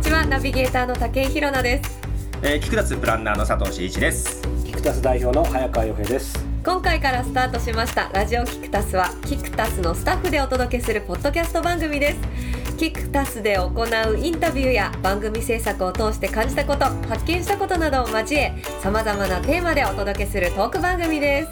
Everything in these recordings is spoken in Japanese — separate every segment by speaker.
Speaker 1: ちはナビゲーターの竹井宏奈です
Speaker 2: えー、キクダスプランナーの佐藤真一です。
Speaker 3: キクタス代表の早川洋平です。
Speaker 1: 今回からスタートしましたラジオキクタスはキクタスのスタッフでお届けするポッドキャスト番組ですキクタスで行うインタビューや番組制作を通して感じたこと発見したことなどを交え様々なテーマでお届けするトーク番組です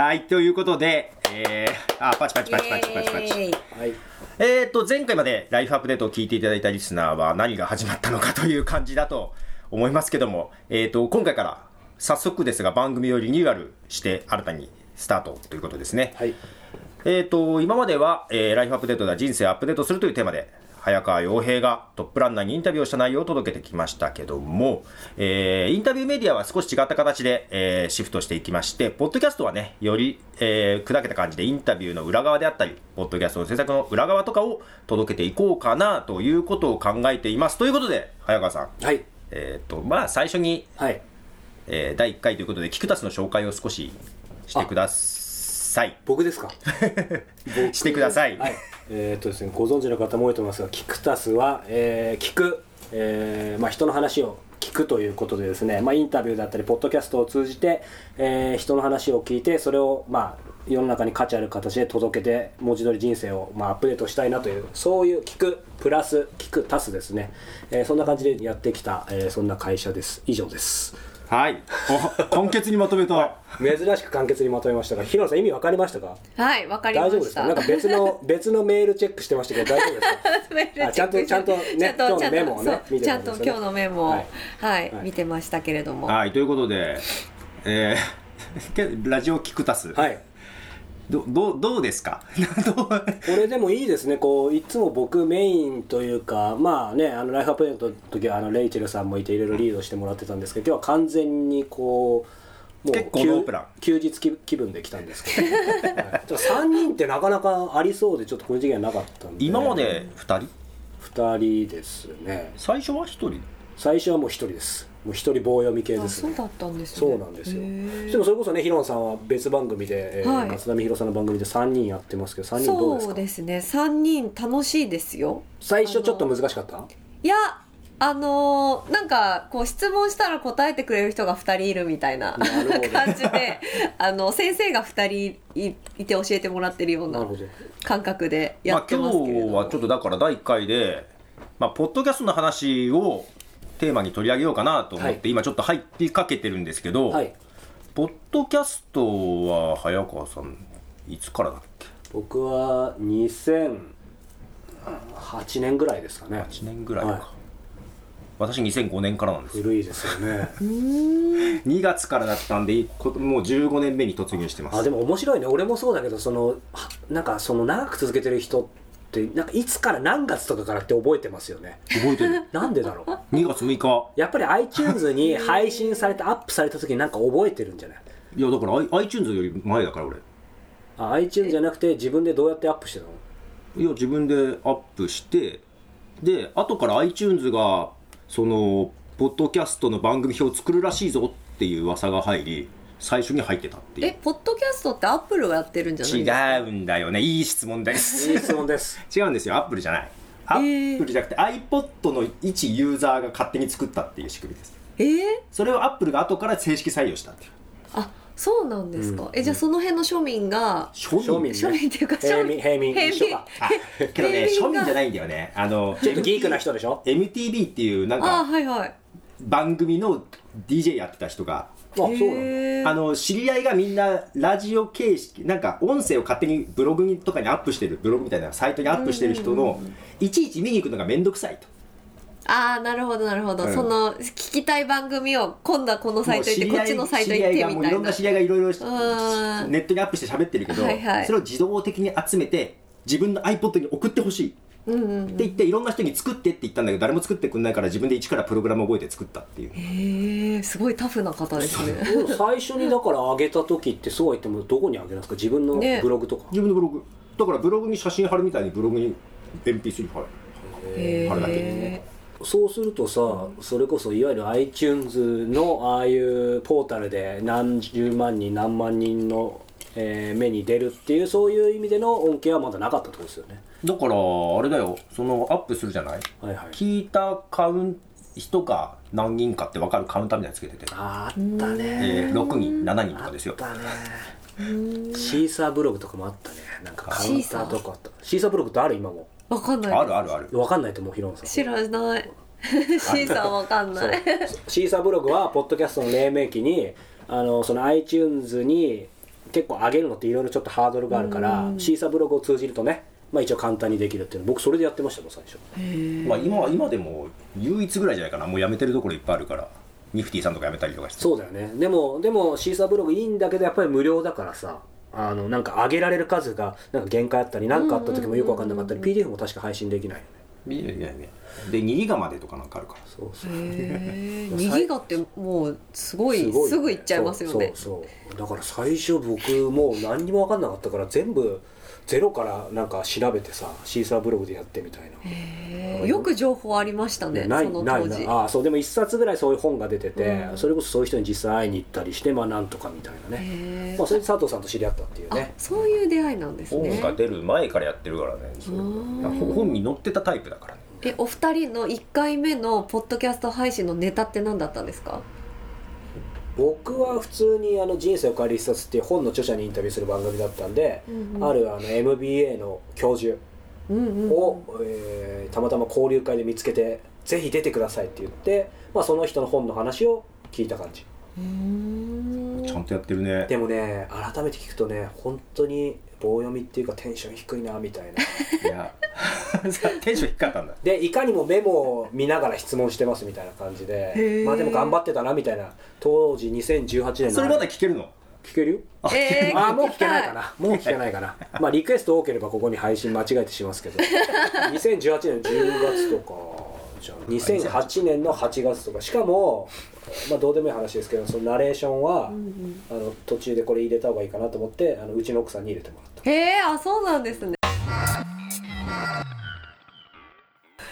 Speaker 2: はい、ということで、えー、あ、パチパチパチパチパチパ
Speaker 1: イエ
Speaker 2: チ。
Speaker 1: ーイ
Speaker 3: はい。
Speaker 2: えーと、前回までライフアップデートを聞いていただいたリスナーは何が始まったのかという感じだと思いますけども、えーと、今回から早速ですが番組をリニューアルして新たにスタートということですね。
Speaker 3: はい。
Speaker 2: えー、と今までは、えーライフアップデートでは人生をアップデートするというテーマで早川洋平がトップランナーにインタビューをした内容を届けてきましたけども、えーインタビューメディアは少し違った形で、えーシフトしていきましてポッドキャストはねより、えー砕けた感じでインタビューの裏側であったりポッドキャストの制作の裏側とかを届けていこうかなということを考えていますということで早川さん、
Speaker 3: はい。
Speaker 2: えーとまあ、最初に、
Speaker 3: はい。
Speaker 2: えー第1回ということでキクタスの紹介を少ししてください。
Speaker 3: 僕ですか。僕
Speaker 2: してください
Speaker 3: はい。えーっとですね、ご存知の方も多いと思いますが、キクタスは、えー聞く、えーまあ人の話を聞くということでですね、まあインタビューだったりポッドキャストを通じて、えー人の話を聞いてそれをまあ世の中に価値ある形で届けて文字通り人生をまあアップデートしたいなというそういう聞くプラス聞く足すですね、えーそんな感じでやってきた、えーそんな会社です以上です
Speaker 2: はい。お、根結にまとめた。
Speaker 3: 珍しく簡潔にまとめましたがヒロさん意味わかりましたか
Speaker 1: はいわかりま
Speaker 3: 大
Speaker 1: した
Speaker 3: 丈夫ですかなんか 別の別のメールチェックしてましたけど大丈夫ですかあちゃんとちゃんとね
Speaker 1: ちゃんと
Speaker 3: 今日のメモをね
Speaker 1: そう
Speaker 3: 見て
Speaker 1: ち
Speaker 3: た
Speaker 1: ゃ
Speaker 3: ん
Speaker 1: ん
Speaker 3: です
Speaker 1: と
Speaker 3: よね
Speaker 1: 今日のメモを、は
Speaker 3: はいいはい
Speaker 1: 見てましたけれども、
Speaker 2: はい、ということで、えーけラジオキクタス。
Speaker 3: はい
Speaker 2: ど、どう、どうですかどう
Speaker 3: これでもいいですねこういつも僕メインというかまあねあのライフアップデートの時はあのレイチェルさんもいていろいろリードしてもらってたんですけど今日は完全にこうもう
Speaker 2: 結構ノープラン
Speaker 3: 休休日気気分で来たんですけど、はい、ちょっと3人ってなかなかありそうでちょっとこの時期はなかったんで
Speaker 2: 今まで2人
Speaker 3: 2人ですね
Speaker 2: 最初は1人
Speaker 3: 最初はもう1人ですもう1人棒読み系ですね
Speaker 1: あそうだったんですね
Speaker 3: そうなんですよ
Speaker 1: へー
Speaker 3: でもそれこそねヒロンさんは別番組で、えー
Speaker 1: はい
Speaker 3: 松並ヒロさんの番組で3人やってますけど3人どうです
Speaker 1: そ
Speaker 3: か
Speaker 1: うですね3人楽しいですよ
Speaker 3: 最初ちょっと難しかった
Speaker 1: いやあのーなんかこう質問したら答えてくれる人が2人いるみたいな
Speaker 3: なるほど
Speaker 1: 感じであの先生が2人いいて教えてもらってるよう
Speaker 3: なる
Speaker 1: な
Speaker 3: ほど
Speaker 1: 感覚でや
Speaker 2: まあ
Speaker 1: って
Speaker 2: 今
Speaker 1: ますけれど
Speaker 2: 日
Speaker 1: も、
Speaker 2: はちょっとだから第1回で、まあ、ポッドキャストの話をテーマに取り上げようかなと思って、
Speaker 3: はい
Speaker 2: 今ちょっと入ってかけてるんですけど、
Speaker 3: はい
Speaker 2: ポッドキャストは早川さん、いつからだっけ
Speaker 3: 僕は2008年ぐらいですかね
Speaker 2: ?1 年ぐらいか。
Speaker 3: はい
Speaker 2: 私2005年からなんですよ
Speaker 3: 古いですよね
Speaker 2: 2月からだったんでこもう15年目に突入してま
Speaker 3: あ
Speaker 2: す
Speaker 3: でも面白いね俺もそうだけどそのはなんかその長く続けてる人ってなんかいつから何月とかからって覚えてますよね
Speaker 2: 覚えてる
Speaker 3: なんでだろう
Speaker 2: 2月6日
Speaker 3: やっぱり iTunes に配信されてアップされた時になんか覚えてるんじゃない
Speaker 2: いやだから I- iTunes より前だから俺
Speaker 3: あ iTunes じゃなくて自分でどうやってアップしてたの
Speaker 2: いや自分でアップしてで後から iTunes がそのポッドキャストの番組表を作るらしいぞっていう噂が入り最初に入ってたってい
Speaker 1: え
Speaker 2: う
Speaker 1: ポッドキャストってアップルがやってるんじゃない
Speaker 2: 違
Speaker 1: んですか
Speaker 2: うんだよねいい質問です
Speaker 3: いい質問です
Speaker 2: 違うんですよアップルじゃないアップルじゃなくて iPod の一ユーザーが勝手に作ったっていう仕組みです
Speaker 1: えー
Speaker 2: それをアップルが後から正式採用したっていう
Speaker 1: あそうなんですか、えじゃあその辺の庶民が
Speaker 3: 庶民ね
Speaker 1: 庶民っていうか
Speaker 3: 平民
Speaker 1: 庶
Speaker 3: 平民一緒か
Speaker 2: あけどね
Speaker 1: ネーミングが
Speaker 2: 庶民じゃないんだよねあの
Speaker 3: ちょっとギークな人でしょ
Speaker 2: MTV っていうなん
Speaker 1: あ
Speaker 2: か
Speaker 1: はいはい
Speaker 2: 番組の DJ やってた人が
Speaker 3: あそうなの
Speaker 1: へー
Speaker 2: あの知り合いがみんなラジオ形式なんか音声を勝手にブログにとかにアップしてるブログみたいなサイトにアップしてる人のいちいち見に行くのが面倒くさいと
Speaker 1: ああなるほどなるほど、
Speaker 2: うん
Speaker 1: その聞きたい番組を今度はこのサイト行って
Speaker 2: もう
Speaker 1: こっちのサイト
Speaker 2: 知り
Speaker 1: 行
Speaker 2: 合
Speaker 1: っ
Speaker 2: い
Speaker 1: て
Speaker 2: がも
Speaker 1: み
Speaker 2: う
Speaker 1: た
Speaker 2: い
Speaker 1: い
Speaker 2: ろん
Speaker 1: な
Speaker 2: な知り合いがいろいろ
Speaker 1: ーん
Speaker 2: ネットにアップして喋ってるけど、
Speaker 1: はいはい
Speaker 2: それを自動的に集めて自分の iPod に送ってほしい
Speaker 1: うんうんうん
Speaker 2: って言っていろんな人に作ってって言ったんだけど誰も作ってくれないから自分で一からプログラム覚えて作ったっていう
Speaker 1: へえすごいタフな方ですね
Speaker 3: でも最初にだから上げた時ってそうは言ってもどこに上げますか自分の
Speaker 1: ね
Speaker 3: ブログとか、
Speaker 2: 自分のブログだからブログに写真貼るみたいにブログに MP3 貼る
Speaker 1: へ
Speaker 2: あれだけ
Speaker 1: え
Speaker 3: そうするとさそれこそいわゆる iTunes のああいうポータルで何十万人何万人の、えー目に出るっていうそういう意味での恩恵はまだなかったってことですよね
Speaker 2: だからあれだよそのアップするじゃない
Speaker 3: はいはい
Speaker 2: 聞いたカウン人か何人かって分かるカウンターみたいなのつけてて、
Speaker 3: あーあった
Speaker 2: えー
Speaker 3: ね
Speaker 2: 6人7人と
Speaker 3: あ
Speaker 2: か
Speaker 3: っ
Speaker 2: ですよ
Speaker 3: たねシーサーブログとかもあったねなんかカウンターとかあったシーサーブログってある今も
Speaker 1: わかんない
Speaker 2: あるあるある
Speaker 3: わかんないと思うヒロンさん
Speaker 1: 知 らない C さんわかんない
Speaker 3: シーサーブログはポッドキャストの黎明期にあのその iTunes に結構上げるのっていろいろちょっとハードルがあるから、シーサーブログを通じるとね、まあ、一応簡単にできるっていうの僕それでやってましたもん最初
Speaker 2: まあ今は今でも唯一ぐらいじゃないかなもうやめてるところいっぱいあるからニフティさんとかやめたりとかして
Speaker 3: そうだよねでもでもシーサーブログいいんだけどやっぱり無料だからさあのなんか上げられる数がなんか限界あったり何かあった時もよく分かんなかったり PDF も確か配信できないよね
Speaker 2: いやいやいやで2ギガまでとかなんかあるから
Speaker 3: そうそう
Speaker 1: へー2ギガってもうすごい
Speaker 3: よね
Speaker 1: すぐ行っちゃいますよね
Speaker 3: そうそうそうだから最初僕もう何にも分かんなかったから全部ゼロからなんか調べてさシーサーブログでやってみたいな、
Speaker 1: へーよく情報ありましたね
Speaker 3: ない
Speaker 1: その
Speaker 3: な
Speaker 1: 当
Speaker 3: いな
Speaker 1: 時
Speaker 3: いああそうでも一冊ぐらいそういう本が出てて、
Speaker 1: うん
Speaker 3: それこそそういう人に実際会いに行ったりしてまあなんとかみたいなね、
Speaker 1: へー
Speaker 3: まあ、それで佐藤さんと知り合ったっていう
Speaker 1: あ
Speaker 3: ね
Speaker 1: そういう出会いなんです
Speaker 2: 本
Speaker 1: ね
Speaker 2: が出る前からやってるからねそう
Speaker 1: うん
Speaker 2: だから本に載ってたタイプだからね
Speaker 1: えお二人の1回目のポッドキャスト配信のネタって何だったんですか
Speaker 3: 僕は普通にあの「人生を変える一冊」っていう本の著者にインタビューする番組だったんで、
Speaker 1: うんうん
Speaker 3: あるあの MBA の教授
Speaker 1: うんうん
Speaker 3: を、えーたまたま交流会で見つけてぜひ出てくださいって言って、まあ、その人の本の話を聞いた感じ
Speaker 1: うーん
Speaker 2: ちゃんとやってるね
Speaker 3: でもね改めて聞くとね本当に棒読みっていうかテンション低いなみたい ない
Speaker 2: や テンション低かったんだ
Speaker 3: でいかにもメモを見ながら質問してますみたいな感じ
Speaker 1: へ
Speaker 3: で
Speaker 1: ー
Speaker 3: まあでも頑張ってたなみたいな当時2018年の
Speaker 2: それまだ聞けるの
Speaker 3: 聞けるよ
Speaker 1: えー
Speaker 3: あーもう聞けないかなもう聞けない かなまあリクエスト多ければここに配信間違えてしますけど2018年10月とかじゃあ2008年の8月とかしかもまあどうでもいい話ですけどそのナレーションは、
Speaker 1: うん
Speaker 3: あの途中でこれ入れた方がいいかなと思ってあのうちの奥さんに入れてもらっ
Speaker 1: うんへえあそうなんですね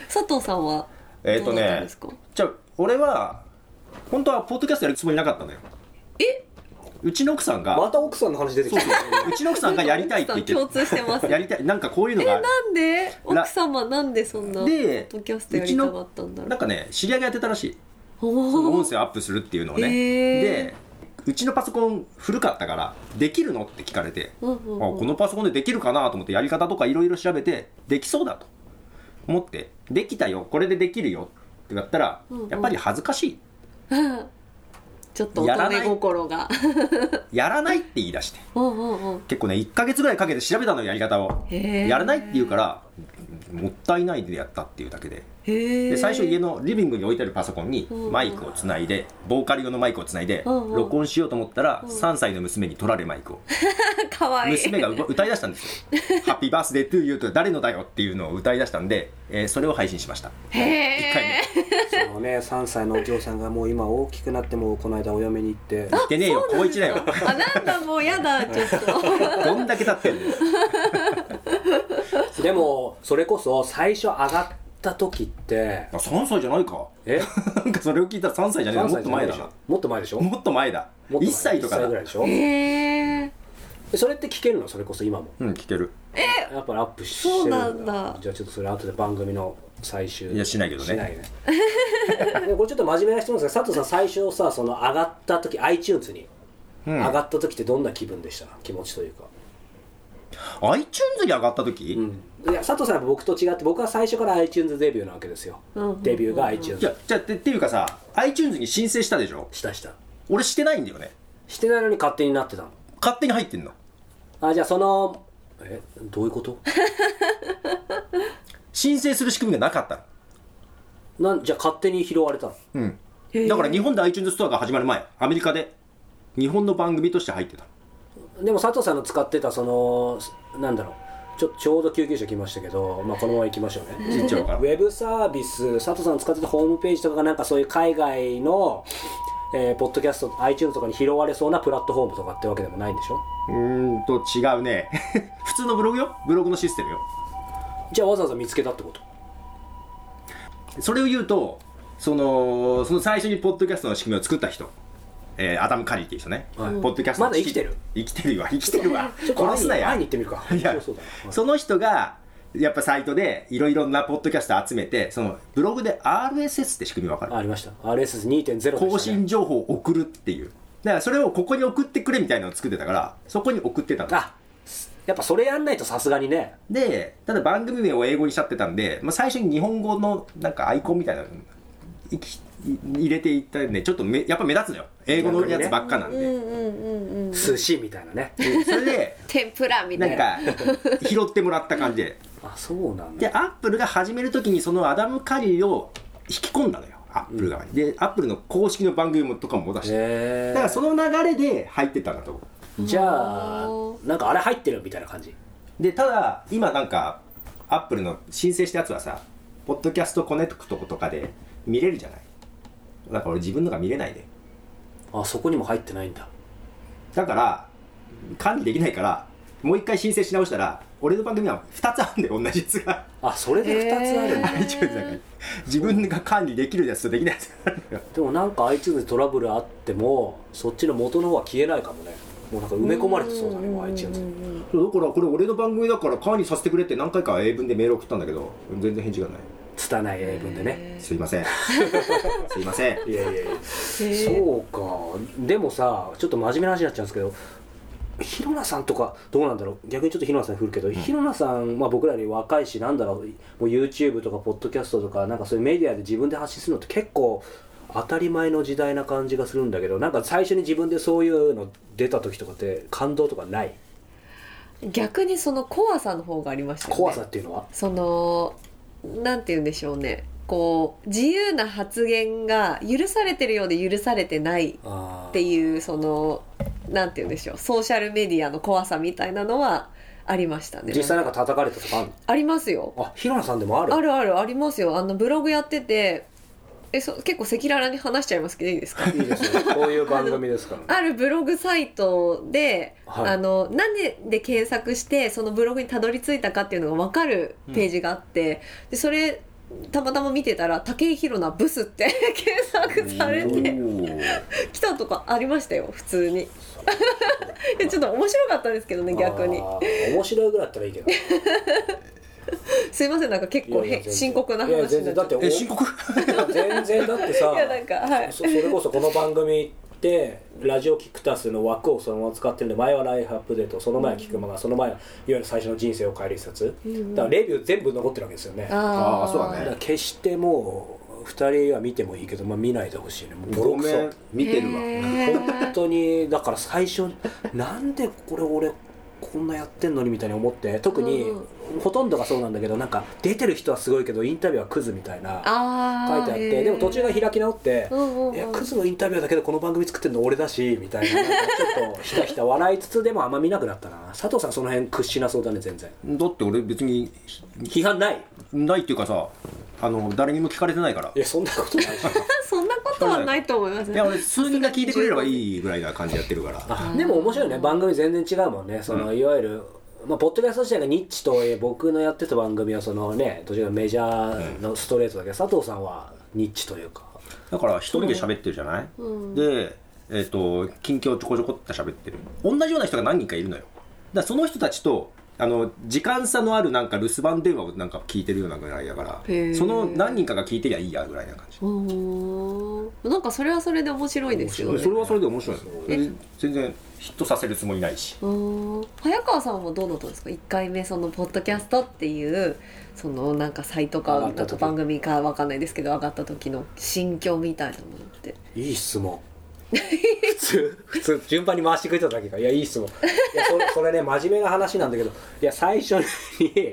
Speaker 1: 佐藤さんは
Speaker 2: えっ、と
Speaker 1: どうだったん
Speaker 2: ね
Speaker 1: ですか
Speaker 2: じゃあ俺は本当はポッドキャストやるつもりなかったのよ
Speaker 1: え
Speaker 2: うちの奥さん
Speaker 3: たま
Speaker 2: が
Speaker 3: た奥さんの話出てきた
Speaker 2: うちの奥さんがやりたいっ て言って
Speaker 1: 共通してます
Speaker 2: やりたいなんかこういうのが
Speaker 1: なんで奥様なんでそんなポ
Speaker 2: で
Speaker 1: ッドキャストやりたかったんだろ
Speaker 2: なん
Speaker 1: う
Speaker 2: かね知り合いがやってたらしいその
Speaker 1: お
Speaker 2: 音
Speaker 1: ー
Speaker 2: 声アップするっていうのをね、
Speaker 1: へー
Speaker 2: でうちのパソコン古かったからできるのって聞かれて、
Speaker 1: うんうん
Speaker 2: あこのパソコンでできるかなと思ってやり方とかいろいろ調べてできそうだと思ってできたよこれでできるよってなったら、
Speaker 1: うんうん
Speaker 2: やっぱり恥ずかしい
Speaker 1: ちょっと乙女心が
Speaker 2: やらないって言い出して
Speaker 1: うんうんうん
Speaker 2: 結構ね1ヶ月ぐらいかけて調べたのよやり方を
Speaker 1: へー
Speaker 2: やらないって言うからもったいないでやったっていうだけで
Speaker 1: へ
Speaker 2: で
Speaker 1: え
Speaker 2: 最初家のリビングに置いてあるパソコンに
Speaker 1: うん
Speaker 2: マイクをつないでボーカル用のマイクをつないで
Speaker 1: うんうん
Speaker 2: 録音しようと思ったら
Speaker 1: うん
Speaker 2: 3歳の娘に取られマイクを
Speaker 1: かわいい
Speaker 2: 娘 がう歌い出したんですよ「ハッピーバースデートゥーユー」と誰のだよっていうのを歌い出したんで、えーそれを配信しました
Speaker 1: へ
Speaker 2: 1回目
Speaker 1: え
Speaker 3: そのね3歳のお嬢さんがもう今大きくなってもうこの間お嫁に行って
Speaker 2: 言ってねえよ高一だよ
Speaker 1: あなんだもうやだちょっ と
Speaker 2: どんだけ経ってんの
Speaker 3: でもそれこそ最初上がった時って
Speaker 2: あ3歳じゃないか
Speaker 3: え
Speaker 2: なんかそれを聞いたら3歳じゃないもっと前だな
Speaker 3: もっと前でしょ
Speaker 2: もっと前だ
Speaker 3: もっ
Speaker 2: 1
Speaker 3: 前
Speaker 2: 歳とか
Speaker 3: 一
Speaker 2: だ
Speaker 3: 歳ぐらいでしょ
Speaker 1: へえ
Speaker 3: えそれって聞けるのそれこそ今も
Speaker 2: うん聞ける
Speaker 3: やっぱりアップしてるんだ
Speaker 1: そうなんだ
Speaker 3: じゃあちょっとそれ後で番組の最終
Speaker 2: いやしないけどね
Speaker 3: しないね でもこれちょっと真面目な質問ですが佐藤さん最初さその上がった時 iTunes に
Speaker 2: うん
Speaker 3: 上がった時ってどんな気分でした気持ちというか
Speaker 2: iTunes に上がった時、
Speaker 3: いや佐藤さんは僕と違って僕は最初から iTunes デビューなわけですよ、
Speaker 1: うん
Speaker 3: デビューが iTunes
Speaker 2: いやじゃあてっていうかさ iTunes に申請したでしょ
Speaker 3: したした
Speaker 2: 俺してないんだよね
Speaker 3: してないのに勝手になってたの
Speaker 2: 勝手に入ってんの
Speaker 3: あじゃあそのえどういうこと
Speaker 2: 申請する仕組みがなかった
Speaker 3: なんじゃあ勝手に拾われたの
Speaker 2: のうん
Speaker 1: へえ
Speaker 2: だから日本で iTunes ストアが始まる前アメリカで日本の番組として入ってた
Speaker 3: でも佐藤さんの使ってたそのなんだろうちょちょうど救急車来ましたけど、まあ、このまま行きましょうね
Speaker 2: ちっちゃいから
Speaker 3: ウェブサービス佐藤さんの使ってたホームページとかがなんかそういう海外の、えーポッドキャスト iTunes とかに拾われそうなプラットフォームとかってわけでもないんでしょ
Speaker 2: うーんと違うね 普通のブログよブログのシステムよ
Speaker 3: じゃあわざわざ見つけたってこと
Speaker 2: それを言うとそのその最初にポッドキャストの仕組みを作った人、えーアダム・カリーっていう人ね、
Speaker 3: はい
Speaker 2: ポッドキャストの
Speaker 3: まだ生きてる
Speaker 2: 生きてるわ生きてるわ
Speaker 3: ちょっと会い
Speaker 2: 殺す
Speaker 3: に
Speaker 2: なよ
Speaker 3: 会いに行ってみるか
Speaker 2: いや
Speaker 3: 面白そうだな
Speaker 2: その人がやっぱサイトでいろいろなポッドキャスト集めて、そのブログで RSS って仕組みわかる
Speaker 3: ありました RSS2.0 でした、ね、
Speaker 2: 更新情報を送るっていう。だからそれをここに送ってくれみたいなのを作ってたから、そこに送ってたの。
Speaker 3: あやっぱそれやんないとさすがにね
Speaker 2: で、ただ番組名を英語にしちゃってたんで、まあ、最初に日本語のなんかアイコンみたいなのいき入れていったんで、ちょっとめやっぱ目立つのよ。英語のやつばっかなんで。
Speaker 3: 寿司みたいなね
Speaker 2: それで、
Speaker 1: 天ぷらみた
Speaker 2: ないん
Speaker 1: な
Speaker 2: か拾ってもらった感じで。
Speaker 3: あそうなん
Speaker 2: で
Speaker 3: だ
Speaker 2: アップルが始めるときにそのアダム・カリーを引き込んだのよアップル側に、でアップルの公式の番組もとかも出して、
Speaker 3: へ
Speaker 2: だから
Speaker 3: え
Speaker 2: その流れで入ってたんだと思
Speaker 3: じゃあなんかあれ入ってるみたいな感じ
Speaker 2: うでただ今なんかアップルの申請したやつはさポッドキャストコネクトとかで見れるじゃないなんか俺自分のが見れないで
Speaker 3: あそこにも入ってないんだ
Speaker 2: だから管理できないからもう一回申請し直したら俺の番組は2つあるんだよ同じやつが
Speaker 3: あそれで2つあるんだ、
Speaker 1: へー
Speaker 2: iTunes だから自分が管理できるやつとできないやつがあるのよ
Speaker 3: でもなんか iTunes でトラブルあってもそっちの元の方は消えないかもねもうなんか埋め込まれてそうだねもう iTunes に
Speaker 2: そうだからこれ俺の番組だから管理させてくれって何回か英文でメール送ったんだけど全然返事がない
Speaker 3: 拙い英文でね
Speaker 2: すいま せんすいません
Speaker 3: いやいやいや
Speaker 1: へ
Speaker 3: そうかでもさちょっと真面目な話になっちゃうんですけどひろなさんとかどうなんだろう逆にちょっとひろなさんに振るけど、ひろなさん、まあ、僕らより若いしなんだろうもう YouTube とかポッドキャストとかなんかそういうメディアで自分で発信するのって結構当たり前の時代な感じがするんだけどなんか最初に自分でそういうの出た時とかって感動とかない
Speaker 1: え逆にその怖さの方がありましたよね
Speaker 3: 怖さっていうのは
Speaker 1: そのなんて言うんでしょうねこう自由な発言が許されてるようで許されてない
Speaker 3: あ
Speaker 1: っていうそのなんて言うんでしょうソーシャルメディアの怖さみたいなのはありましたね
Speaker 3: 実際なんか叩かれたとかあるの
Speaker 1: ありますよ
Speaker 3: あひろなさんでもある
Speaker 1: あるあるありますよあのブログやっててえそ結構赤裸々に話しちゃいますけどいいですか
Speaker 3: いいですよこういう番組ですから
Speaker 1: あるブログサイトで、
Speaker 3: はい
Speaker 1: あの何で検索してそのブログにたどり着いたかっていうのが分かるページがあって、でそれたまたま見てたら「武井宏奈ブス」って 検索されて来たとかありましたよ普通に いやちょっと面白かったですけどね 逆に
Speaker 3: あー面白いぐらいだったらいいけど
Speaker 1: すいませんなんか結構へ深刻な
Speaker 3: 話いや
Speaker 1: 話
Speaker 3: 全
Speaker 1: になっち
Speaker 3: 然だ
Speaker 1: ゃ
Speaker 3: っ
Speaker 1: って
Speaker 3: てお
Speaker 2: え深刻
Speaker 3: 全然だってさ
Speaker 1: いやなんかはい
Speaker 3: そそれこそこの番組ってラジオキクタスの枠をそのまま使ってるんで前は「ライフアップデート」その前は「キクマガ」その前はいわゆる最初の「人生を変える一冊」だからレビュー全部残ってるわけですよねだか
Speaker 1: あ
Speaker 2: あーそうだね
Speaker 3: ら決してもう2人は見てもいいけど、まあ、見ないでほしいねもうボロ
Speaker 2: ご
Speaker 3: ク
Speaker 2: め
Speaker 3: ソ
Speaker 2: ん見てるわ
Speaker 1: へ
Speaker 3: 本
Speaker 1: ー
Speaker 3: 当にだから最初になんでこれ俺こんなやってんのにみたいに思って特に、
Speaker 1: うん
Speaker 3: ほとんどがそうなんだけどなんか出てる人はすごいけどインタビューはクズみたいな
Speaker 1: あー
Speaker 3: 書いてあってでも途中が開き直って
Speaker 1: うんうんう
Speaker 3: 「
Speaker 1: ん
Speaker 3: いやクズのインタビューだけどこの番組作ってるの俺だし」みたいななんかちょっとひたひた笑いつつでもあんま見なくなったな佐藤さんその辺屈しなそうだね全然
Speaker 2: だって俺別に
Speaker 3: 批判ない
Speaker 2: ないっていうかさあの誰にも聞かれてないから
Speaker 3: いやそんなことないし
Speaker 1: そんなことはないと思います
Speaker 2: い
Speaker 1: ね
Speaker 2: や俺数人が聞いてくれればいいぐらいな感じやってるから
Speaker 3: あでも面白いね番組全然違うもんねその、いわゆるまあ、ポッドキャスト自体がニッチとはいえ僕のやってた番組はそのねどちらかメジャーのストレートだけど佐藤さんはニッチというか
Speaker 2: だから一人で喋ってるじゃない、でえっ、と近況ちょこちょこって喋ってる同じような人が何人かいるのよだからその人たちとあの時間差のあるなんか留守番電話をなんか聞いてるようなぐらいだか
Speaker 1: へ
Speaker 2: ら
Speaker 1: ー
Speaker 2: その何人かが聞いてりゃいいやぐらいな感じ
Speaker 1: おーなんかそれはそれで面白いですよ
Speaker 2: そ
Speaker 1: ね
Speaker 2: れはそれで面白い
Speaker 1: え
Speaker 2: の全然ヒットさせるつもりないし
Speaker 1: おー早川さんはどうだったんですか1回目そのポッドキャストっていうそのなんかサイトか
Speaker 3: 上がった時
Speaker 1: 番組かわかんないですけど上がった時の心境みたいなものって
Speaker 3: いい質問普通普通順番に回してくれただけかいやいい質問いやそれそれね真面目な話なんだけどいや最初に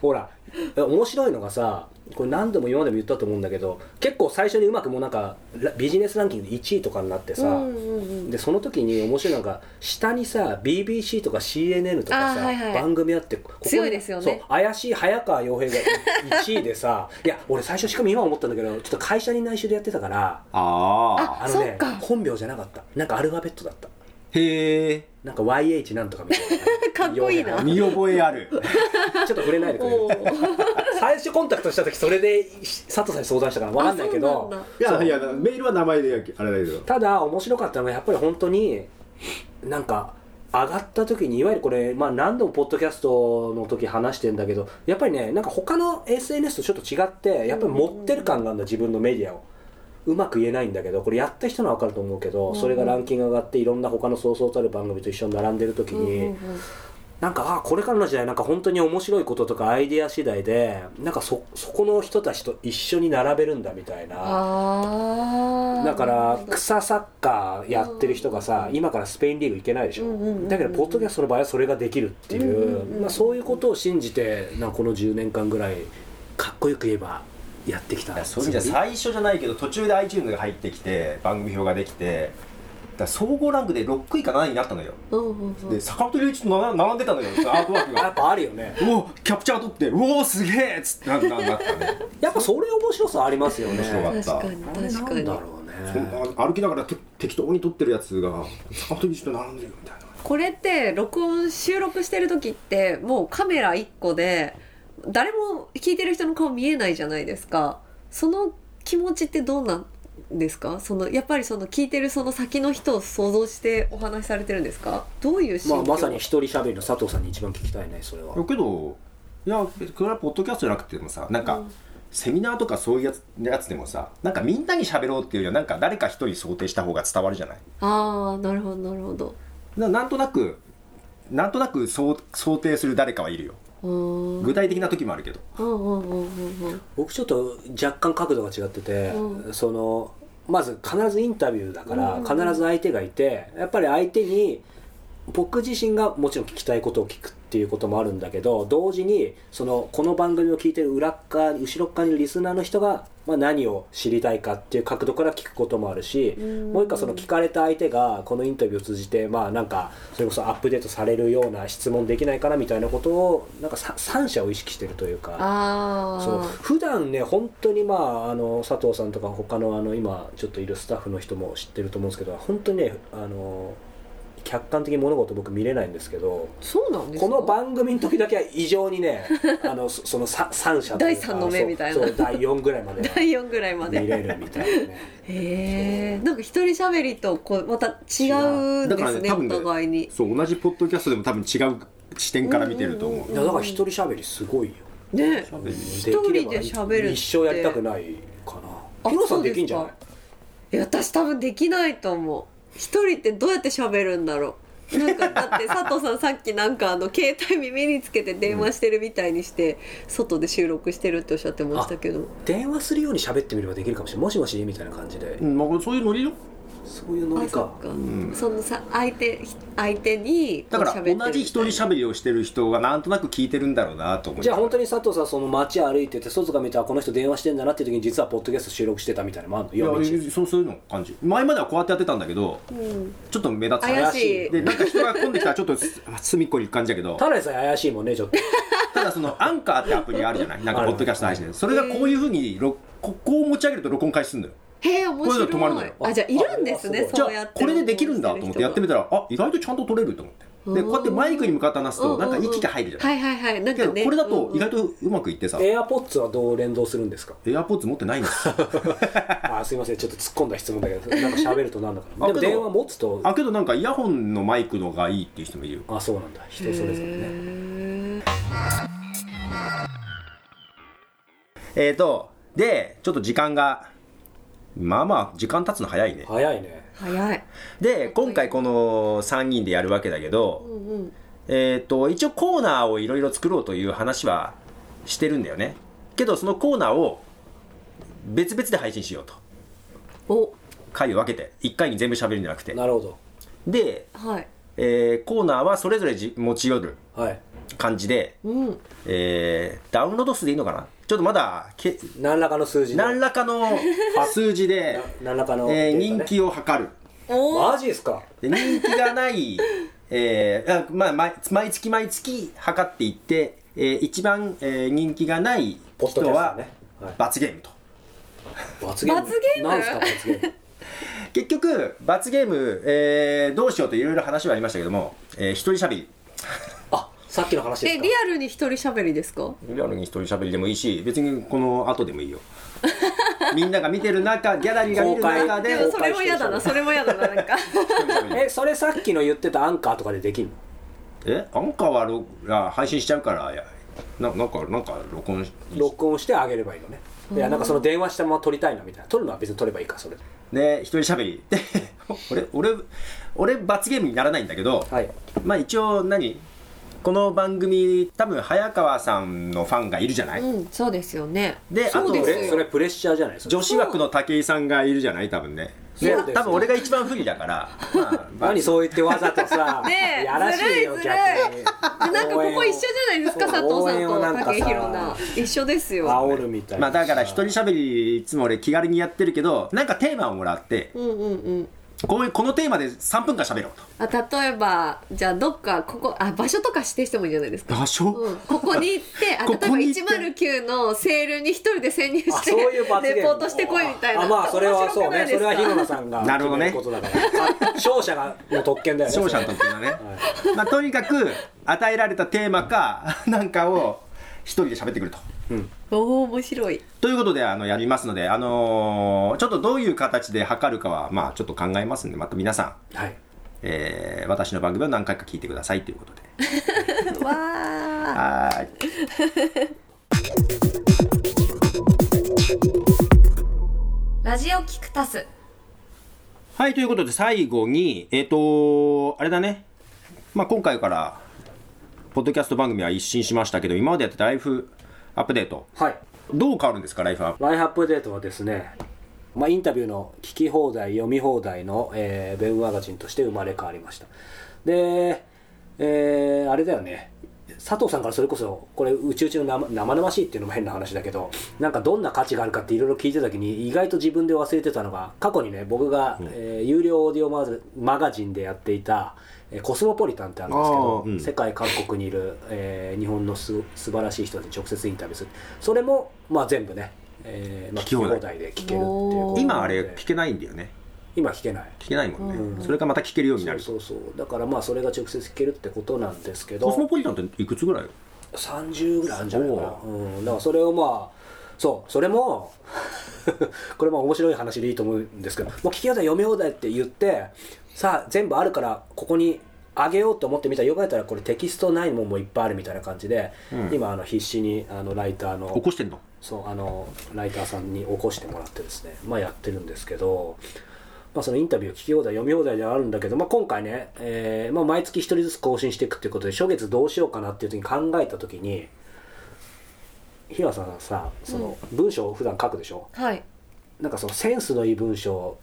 Speaker 3: ほら面白いのがさこれ何度も今までも言ったと思うんだけど結構最初にうまくもうなんかラビジネスランキングで1位とかになってさ、
Speaker 1: うんうんうん
Speaker 3: でその時に面白いのが下にさ BBC とか CNN とか
Speaker 1: あ
Speaker 3: さ、
Speaker 1: ーはいはい
Speaker 3: 番組あってここに
Speaker 1: 強いですよね
Speaker 3: そう怪しい早川洋平が1位でさいや俺最初しかも今思ったんだけどちょっと会社に内緒でやってたから
Speaker 2: ああ
Speaker 1: あ
Speaker 3: あの
Speaker 1: そっ
Speaker 3: ね
Speaker 1: か
Speaker 3: 本名じゃなかったなんかアルファベットだった
Speaker 2: へえ
Speaker 3: なんか YH なんとかみたいな
Speaker 1: かっこいいな
Speaker 3: よう
Speaker 2: 見覚えある
Speaker 3: なちょっと触れないでくれる
Speaker 1: おー
Speaker 3: 最初コンタクトした時それで佐藤さんに相談したから分かんないけ
Speaker 1: あそう
Speaker 3: ど
Speaker 1: なんだ
Speaker 2: いやいやメールは名前であれだけど
Speaker 3: ただ面白かったのがやっぱり本当になんか上がった時にいわゆるこれ、まあ、何度もポッドキャストの時話してんだけどやっぱりねなんか他の SNS とちょっと違ってやっぱり持ってる感があるんだ自分のメディアをうまく言えないんだけどこれやった人のは分かると思うけどそれがランキング上がっていろんな他のそうそうたる番組と一緒に並んでる時
Speaker 1: うんうんう
Speaker 3: に
Speaker 1: ん
Speaker 3: なんかあこれからの時代なんか本当に面白いこととかアイディア次第でなんかそそこの人たちと一緒に並べるんだみたいな。
Speaker 1: ああ
Speaker 3: だから草サッカーやってる人がさ今からスペインリーグ行けないでしょ、
Speaker 1: うんうんうんうん
Speaker 3: だけどポッドキャストの場合はそれができるっていう,、
Speaker 1: うんうんうん
Speaker 3: まあ、そういうことを信じてなんかこの10年間ぐらいかっこよく言えばやってきた
Speaker 2: そういう意味じゃ最初じゃないけど途中で iTunes が入ってきて番組表ができてだから総合ランクで6位か7位になったのよ
Speaker 1: うんうんうん
Speaker 2: で坂本龍一とな並んでたのよアートワーク
Speaker 3: や
Speaker 2: が
Speaker 3: っぱあるよね
Speaker 2: うおキャプチャー撮ってうおすげえっつってななな ったね
Speaker 3: やっぱそれ面白さありますよね
Speaker 2: 面白か
Speaker 1: 確かに
Speaker 3: あれ
Speaker 1: 確
Speaker 3: な
Speaker 1: か
Speaker 3: ん
Speaker 1: に
Speaker 3: だろう
Speaker 2: そんな
Speaker 3: ね
Speaker 2: 歩きながらと適当に撮ってるやつが坂本龍一と並んでるよみたいな
Speaker 1: これって録音収録してる時ってもうカメラ1個で誰も聞いてる人の顔見えないじゃないですかその気持ちってどうなんですかそのやっぱりその聞いてるその先の人を想像してお話しされてるんですかどういう心
Speaker 3: まあ、
Speaker 1: 境、
Speaker 3: まさに一人喋りの佐藤さんに一番聞きたいねそれは
Speaker 2: だけどいや別にこれはポッドキャストじゃなくてもさなんか、
Speaker 1: うん
Speaker 2: セミナーとかそういうやつやつでもさなんかみんなに喋ろうっていうよりはなんか誰か一人想定した方が伝わるじゃない
Speaker 1: ああなるほどなるほど
Speaker 2: ななんとなくなんとなく想想定する誰かはいるよ
Speaker 1: うーん
Speaker 2: 具体的な時もあるけど
Speaker 1: うんうんうんうんうん
Speaker 3: 僕ちょっと若干角度が違ってて、
Speaker 1: う
Speaker 3: そのまず必ずインタビューだから、
Speaker 1: うん
Speaker 3: 必ず相手がいてやっぱり相手に僕自身がもちろん聞きたいことを聞くっていうこともあるんだけど同時にそのこの番組を聞いてる裏っ側後ろっ側にいるリスナーの人が、まあ、何を知りたいかっていう角度から聞くこともあるし、
Speaker 1: うん
Speaker 3: もう一回その聞かれた相手がこのインタビューを通じてまあなんかそれこそアップデートされるような質問できないかなみたいなことをなんかさ三者を意識してるというか。
Speaker 1: ああ
Speaker 3: そう普段ね本当にまああの佐藤さんとか他のあの今ちょっといるスタッフの人も知ってると思うんですけど本当にねあの客観的に物事僕見れないんですけど
Speaker 1: そうなんです
Speaker 3: こ
Speaker 1: か
Speaker 3: の番組の時だけは異常 にねあのそそのさ三者というか
Speaker 1: 第三の目みたいな
Speaker 3: そうそう第4ぐらいまで
Speaker 1: 第4ぐらいま
Speaker 3: 見
Speaker 1: で
Speaker 3: れるみたいな ね
Speaker 1: へえんか一人喋りとこうまた違うん
Speaker 2: だ
Speaker 1: で
Speaker 2: から
Speaker 1: す
Speaker 2: ね
Speaker 1: ね
Speaker 2: 多
Speaker 1: お
Speaker 2: 分ね
Speaker 1: 互いに
Speaker 2: そう同じポッドキャストでも多分違う視点から見てると思う,、
Speaker 3: いやだから一人喋りすごいよ
Speaker 1: ね
Speaker 2: 喋り
Speaker 1: 一人で喋るって
Speaker 3: 一生やりたくないか
Speaker 1: あ
Speaker 3: なヒロさんできんじゃ
Speaker 1: そう
Speaker 3: な
Speaker 1: で
Speaker 3: い
Speaker 1: すいや私多分できないと思う一人ってどうやって喋るんだろうなんかだって 佐藤さんさっきなんかあの携帯耳につけて電話してるみたいにして外で収録してるっておっしゃってましたけど
Speaker 3: 電話するように喋ってみればできるかもしれないもしもしみたいな感じで
Speaker 2: うんまあこれそういうノリよ
Speaker 3: そういうノ
Speaker 1: あ
Speaker 3: リ
Speaker 1: そ
Speaker 3: か
Speaker 1: っか、
Speaker 2: ん
Speaker 1: そのさ相手相手にこ
Speaker 2: だ
Speaker 1: う
Speaker 2: から
Speaker 1: 喋ってる
Speaker 2: 同じ一人喋りをしてる人がなんとなく聞いてるんだろうなと思う
Speaker 3: じゃあ本当に佐藤さんその街歩いてて外から見たらこの人電話してんだなっていう時に実はポッドキャスト収録してたみたいなのもあるの
Speaker 2: いや
Speaker 3: 夜道
Speaker 2: そうそういうの感じ前まではこうやってやってたんだけど
Speaker 1: うん
Speaker 2: ちょっと目立つ
Speaker 1: 怪しい
Speaker 2: でなんか人が混んできたらちょっとす隅っこに行く感じだけど
Speaker 3: ただでさえ怪しいもんねちょっと
Speaker 2: ただそのアンカーってアプリあるじゃないなんかポッドキャスト配信でそれがこういうふうに録ここを持ち上げると録音開始するんだよ
Speaker 1: へえ面
Speaker 2: こうい
Speaker 1: 白
Speaker 2: うの止まるのよ
Speaker 1: いあじゃあいるんですね
Speaker 3: あ
Speaker 2: じゃ
Speaker 1: そうや
Speaker 2: あ
Speaker 1: って
Speaker 2: これでできるんだと思ってやってみ
Speaker 1: た
Speaker 2: たらあ意外とちゃんと撮れると思ってでこうやってマイクに向かって話すとなんか息が入るじゃない
Speaker 1: はいはいはいなん
Speaker 2: け
Speaker 1: か
Speaker 2: ど
Speaker 1: ね
Speaker 2: これだと意外とうまくいってさ
Speaker 3: エアポッツはどう連動するんですか
Speaker 2: エアポッツ持ってない んですよ
Speaker 3: あすいませんちょっと突っ込んだ質問だけどなんか喋るとなんだか
Speaker 2: あ
Speaker 3: なでも
Speaker 2: けど
Speaker 3: 電話持つと
Speaker 2: あけどなんかイヤホンのマイクのがいいっていう人もいるよ
Speaker 3: あそうなんだ人それぞれね
Speaker 1: ね
Speaker 2: えーとでちょっと時間がまあまあ時間経つの早いね
Speaker 3: 早いね
Speaker 1: 早い
Speaker 2: で今回この3人でやるわけだけど、
Speaker 1: うんうん
Speaker 2: えー、と一応コーナーをいろいろ作ろうという話はしてるんだよねけどそのコーナーを別々で配信しようと
Speaker 1: お
Speaker 2: 回を分けて1回に全部喋るんじゃなくて
Speaker 3: なるほ
Speaker 2: で、
Speaker 1: はい
Speaker 2: えーコーナーはそれぞれじ持ち寄る
Speaker 3: どはい
Speaker 2: 感じで、
Speaker 1: うん
Speaker 2: えーダウンロード数でいいのかなちょっとまだけ
Speaker 3: 何らかの数字で
Speaker 2: 何らかの数字で、
Speaker 3: 何らかの
Speaker 2: えー
Speaker 3: データね
Speaker 2: 人気を測る
Speaker 1: お
Speaker 3: マジですか
Speaker 2: で人気がない、 えーあまあ、毎毎月毎月測っていって、えー一番、えー人気がない
Speaker 3: ポッド
Speaker 2: 人
Speaker 3: キャス
Speaker 2: は
Speaker 3: トねはい
Speaker 2: 罰ゲームと
Speaker 3: 罰ゲーム
Speaker 1: 罰ゲーム
Speaker 3: なんすか罰ゲーム
Speaker 2: 結局罰ゲーム、えーどうしようといろいろ話はありましたけども、えー一人しゃべり
Speaker 3: あさっきの話です
Speaker 1: え
Speaker 3: か
Speaker 1: リアルに一人喋りですか
Speaker 2: リアルに一人しゃべりでもいいし別にこの後でもいいよ みんなが見てる中ギャラリーが見る中で
Speaker 1: でもそれも嫌だなそれも嫌だななんか
Speaker 3: えそれさっきの言ってたアンカーとかでできんの
Speaker 2: えアンカーはろあ配信しちゃうからやななんかなんか録音し
Speaker 3: 録音してあげればいいのねいやなんかその電話したまま撮りたいなみたいな撮るのは別に撮ればいいかそれで
Speaker 2: で一人喋りで 俺俺俺罰ゲームにならないんだけど、
Speaker 3: はい
Speaker 2: まあ一応何この番組多分早川さんのファンがいるじゃな い、
Speaker 1: うんそうですよね
Speaker 2: で
Speaker 1: そう
Speaker 2: あと
Speaker 1: で
Speaker 3: そ
Speaker 1: す
Speaker 3: れそれプレッシャーじゃないですか
Speaker 2: 女子枠の武井さんがいるじゃない多分ね
Speaker 3: そう
Speaker 2: で
Speaker 3: ですね
Speaker 2: 多分俺が一番不利だ から、まあ、
Speaker 3: 何そう言ってわざと さ
Speaker 1: ねえ
Speaker 3: やらしいよ
Speaker 1: ずるいず
Speaker 3: 逆に
Speaker 1: るでなんかここ一緒じゃないですか佐藤
Speaker 3: 応
Speaker 1: さ
Speaker 3: 援をなん
Speaker 1: んと
Speaker 3: か
Speaker 1: 武
Speaker 3: さ
Speaker 1: 井宏な一緒ですよ
Speaker 3: 煽るみたいな
Speaker 2: まあだから一人喋りいつも俺気軽にやってるけどなんかテーマをもらって
Speaker 1: うんうんうん
Speaker 2: こういうこのテーマで3分間喋ろうと
Speaker 1: あ例えばじゃあどっかここあ場所とか指定してもいいんじゃないですか、
Speaker 2: 場所、
Speaker 1: うん、ここに行 ってあ
Speaker 2: ここに
Speaker 1: 例
Speaker 2: 行
Speaker 1: え
Speaker 2: っ
Speaker 1: ば109のセールに一人で潜入し
Speaker 3: あ
Speaker 1: て
Speaker 3: そういう罰ゲーム
Speaker 1: レポートしてこいみたいな
Speaker 3: あまあそれはそうねそれは日
Speaker 1: 広
Speaker 3: 野
Speaker 1: 野
Speaker 3: さ んが
Speaker 2: なるほどね
Speaker 3: 決めことだからあ勝者がの特権だよね
Speaker 2: 勝者の時のね、まあ、とにかく与えられたテーマかなんかを一人で喋ってくると。
Speaker 1: おお面白い
Speaker 2: ということで、あの、やりますので、あのーちょっとどういう形で測るかは、まあ、ちょっと考えますんで、また皆さん、
Speaker 3: はい
Speaker 2: えー私の番組を何回か聞いてくださいということで。
Speaker 1: わあ
Speaker 2: はーい。
Speaker 1: ラジオキクタス
Speaker 2: はい、ということで、最後に、えっ、とあれだね。まあ、今回から、ポッドキャスト番組は一新しましたけど、今までやってたライフアップデート。
Speaker 3: はい
Speaker 2: どう変わるんですか、ライフアップ。
Speaker 3: ライフアップデートはですね、まあ、インタビューの聞き放題読み放題の、えーウェブマガジンとして生まれ変わりましたで、えーあれだよね佐藤さんからそれこそこれうちうちの生生々しいっていうのも変な話だけどなんかどんな価値があるかっていろいろ聞いてた時に意外と自分で忘れてたのが過去にね僕が、えー有料オーディオマガマガジンでやっていた「えーコスモポリタン」ってあるんですけど、
Speaker 2: あーうん
Speaker 3: 世世界各国にいる、えー日本のす素晴らしい人に直接インタビューするそれも、まあ、全部ね、えーまあ、
Speaker 2: 聞
Speaker 3: 聞
Speaker 2: き
Speaker 3: き
Speaker 2: 放
Speaker 3: 放
Speaker 2: 題
Speaker 3: 題で聞けるっていうこと
Speaker 2: 今、あれ、聞
Speaker 3: で
Speaker 2: けないんだよね。
Speaker 3: 今聞けない
Speaker 2: 聞けないもんね。
Speaker 3: うん
Speaker 2: それがまた聞けるようにな
Speaker 3: そう
Speaker 2: る。
Speaker 3: そうそうだからまあそれが直接聞けるってことなんですけど
Speaker 2: コスモポリタンっていくつぐらい
Speaker 3: 30ぐらいあるんじゃないかな
Speaker 2: そう
Speaker 3: うん、だからそれをまあそうそれも これも面白い話でいいと思うんですけどもう聞き放題読み放題って言ってさあ全部あるからここにあげようと思ってみたらよくやったらこれテキストないもんもいっぱいあるみたいな感じで、
Speaker 2: うん
Speaker 3: 今あの必死にあのライターの
Speaker 2: 起こしてんの
Speaker 3: そうあのライターさんに起こしてもらってですね、まあ、やってるんですけど、まあ、そのインタビュー聞き放題読み放題ではあるんだけど、まあ、今回ね、えーまあ、毎月1人ずつ更新していくっていうことで初月どうしようかなっていう時に考えた時に平野さんがさその文章を普段書くでしょ、
Speaker 1: はい
Speaker 3: なんかそのセンスのいい文章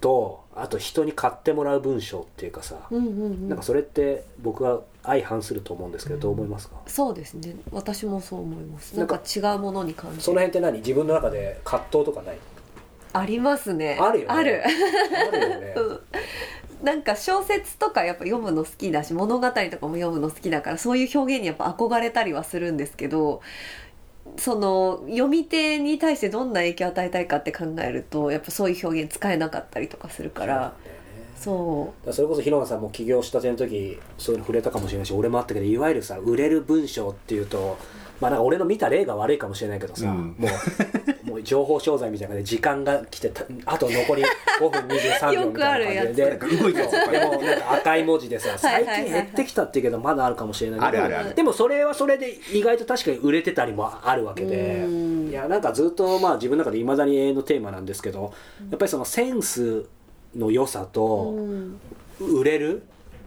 Speaker 3: とあと人に買ってもらう文章っていうかさ、
Speaker 1: うんうんう
Speaker 3: なん
Speaker 1: ん
Speaker 3: かそれって僕は相反すると思うんですけどどう思いますか
Speaker 1: そうですね私もそう思いますな
Speaker 3: なんん
Speaker 1: か
Speaker 3: か
Speaker 1: 違うものに感じ
Speaker 3: その
Speaker 1: る
Speaker 3: 辺って何自分の中で葛藤とかない
Speaker 1: ありますね
Speaker 3: あるよね
Speaker 1: ある
Speaker 3: あるよ ね、
Speaker 1: なんか小説とかやっぱ読むの好きだし物語とかも読むの好きだからそういう表現にやっぱ憧れたりはするんですけどその読み手に対してどんな影響を与えたいかって考えるとやっぱそういう表現使えなかったりとかするからそ
Speaker 3: だからそれこそ広野さんも起業したての時そういうの触れたかもしれないし俺もあったけどいわゆるさ売れる文章っていうとまあなんか俺の見た例が悪いかもしれないけどさ、
Speaker 2: うん
Speaker 3: も うもう情報商材みたいな感じで時間が来てたあと残り5分23秒みたいな感じで
Speaker 2: なんか動いてる
Speaker 3: でもうなんか赤い文字でさ
Speaker 1: はいはいはいは
Speaker 3: 最
Speaker 1: い
Speaker 3: 近減ってきたっていうけどまだあるかもしれないけど
Speaker 2: あるあるある
Speaker 3: でもそれはそれで意外と確かに売れてたりもあるわけで
Speaker 1: うん
Speaker 3: いやなんかずっとまあ自分の中でいまだに永遠のテーマなんですけどやっぱりそのセンスの良さ
Speaker 1: う、
Speaker 3: と
Speaker 1: うん、
Speaker 3: 売れる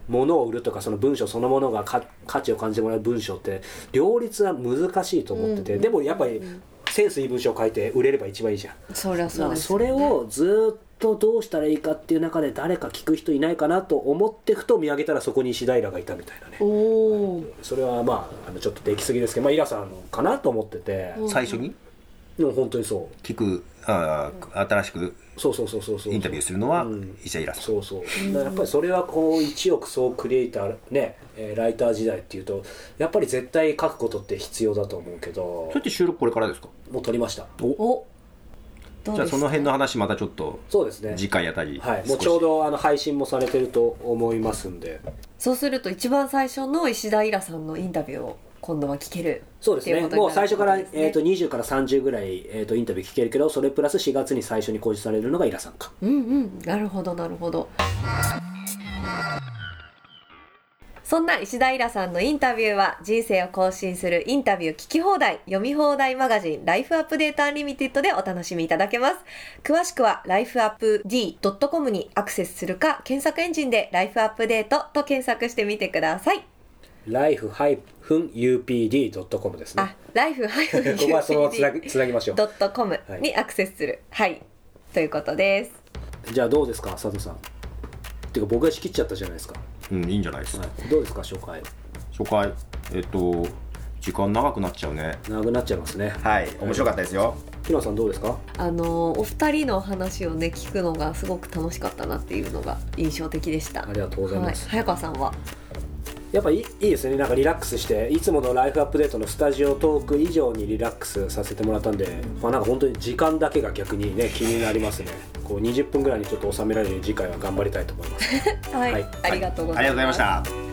Speaker 3: ものを売るとかその文章そのものがか価値を感じてもらう文章って両立は難しいと思ってて
Speaker 1: うん
Speaker 3: でもやっぱりセンスいい文章を書いて売れれば一番いいじゃん。
Speaker 1: そりゃ
Speaker 3: だ
Speaker 1: そ
Speaker 3: か
Speaker 1: う
Speaker 3: ら
Speaker 1: です
Speaker 3: そ
Speaker 1: よね
Speaker 3: れをずっとどうしたらいいかっていう中で誰か聞く人いないかなと思ってくと見上げたらそこに石平がいたみたいなね
Speaker 1: おおー
Speaker 3: それはまああのちょっとできすぎですけど、まあ、イラさんかなと思ってて
Speaker 1: うん
Speaker 2: 最初に
Speaker 3: でも本当にそう
Speaker 2: 聞くあー新しく
Speaker 3: そうそうそうそうそう
Speaker 2: インタビューするのは
Speaker 3: うん
Speaker 2: 医者イラスト
Speaker 3: そうそうだからやっぱりそれはこう一億総クリエイターねえーライター時代っていうとやっぱり絶対書くことって必要だと思うけど
Speaker 2: それって収録これからですか
Speaker 3: もう撮りました
Speaker 1: おどう
Speaker 2: じゃ
Speaker 1: で
Speaker 2: あ
Speaker 1: すか
Speaker 2: その辺の話またちょっと
Speaker 3: そうですね
Speaker 2: 次回あたり
Speaker 3: はいも
Speaker 2: 少
Speaker 3: う
Speaker 2: し
Speaker 3: ちょうどあの配信もされてると思いますんで
Speaker 1: そうすると一番最初の石田イラさんのインタビューを今度は聞ける
Speaker 3: そうですね
Speaker 1: ってい
Speaker 3: も
Speaker 1: ことにな
Speaker 3: う最
Speaker 1: る
Speaker 3: 初から、
Speaker 1: ってこと
Speaker 3: えー、
Speaker 1: です
Speaker 3: と
Speaker 1: ね
Speaker 3: 20から30ぐらい、えー、とインタビュー聞けるけどそれプラス4月に最初に公示されるのがイラさんか
Speaker 1: うんうんなるほどなるほどそんな石田イラさんのインタビューは人生を更新するインタビュー聞き放題読み放題マガジンライフアップデートアンリミテッドでお楽しみいただけます詳しくは lifeup.d.com にアクセスするか検索エンジンでライフアップデートと検索してみてください
Speaker 3: life-upd.com ですね
Speaker 1: あ、ライフハイフ
Speaker 3: ここはそのつなぎつなぎましょう
Speaker 1: ドットコム
Speaker 3: はい
Speaker 1: にアクセスする。はい、ということです。
Speaker 3: じゃあどうですか佐藤さんっていうか僕が仕切っちゃったじゃないですか、
Speaker 2: うん、いいんじゃないですか。
Speaker 3: はい、どうですか紹介
Speaker 2: 初回、えっと、時間長くなっちゃうね。
Speaker 3: 長くなっちゃいますね
Speaker 2: はい、面白かったですよ。
Speaker 3: 木野さんどうですか
Speaker 1: あのお二人のお話をね聞くのがすごく楽しかったなっていうのが印象的でした。
Speaker 3: ありがとうございます
Speaker 1: は早川さんは、
Speaker 3: やっぱいいいいですねなんかリラックスしていつものライフアップデートのスタジオトーク以上にリラックスさせてもらったんで、まあ、なんか本当に時間だけが逆にね気になりますねこう20分ぐらいにちょっと収められるように次回は頑張りたいと思います
Speaker 1: はい、
Speaker 3: はい
Speaker 1: ありがとうござ
Speaker 2: あり
Speaker 1: い
Speaker 2: がとうござい
Speaker 1: ま
Speaker 2: まし
Speaker 1: した。
Speaker 2: た。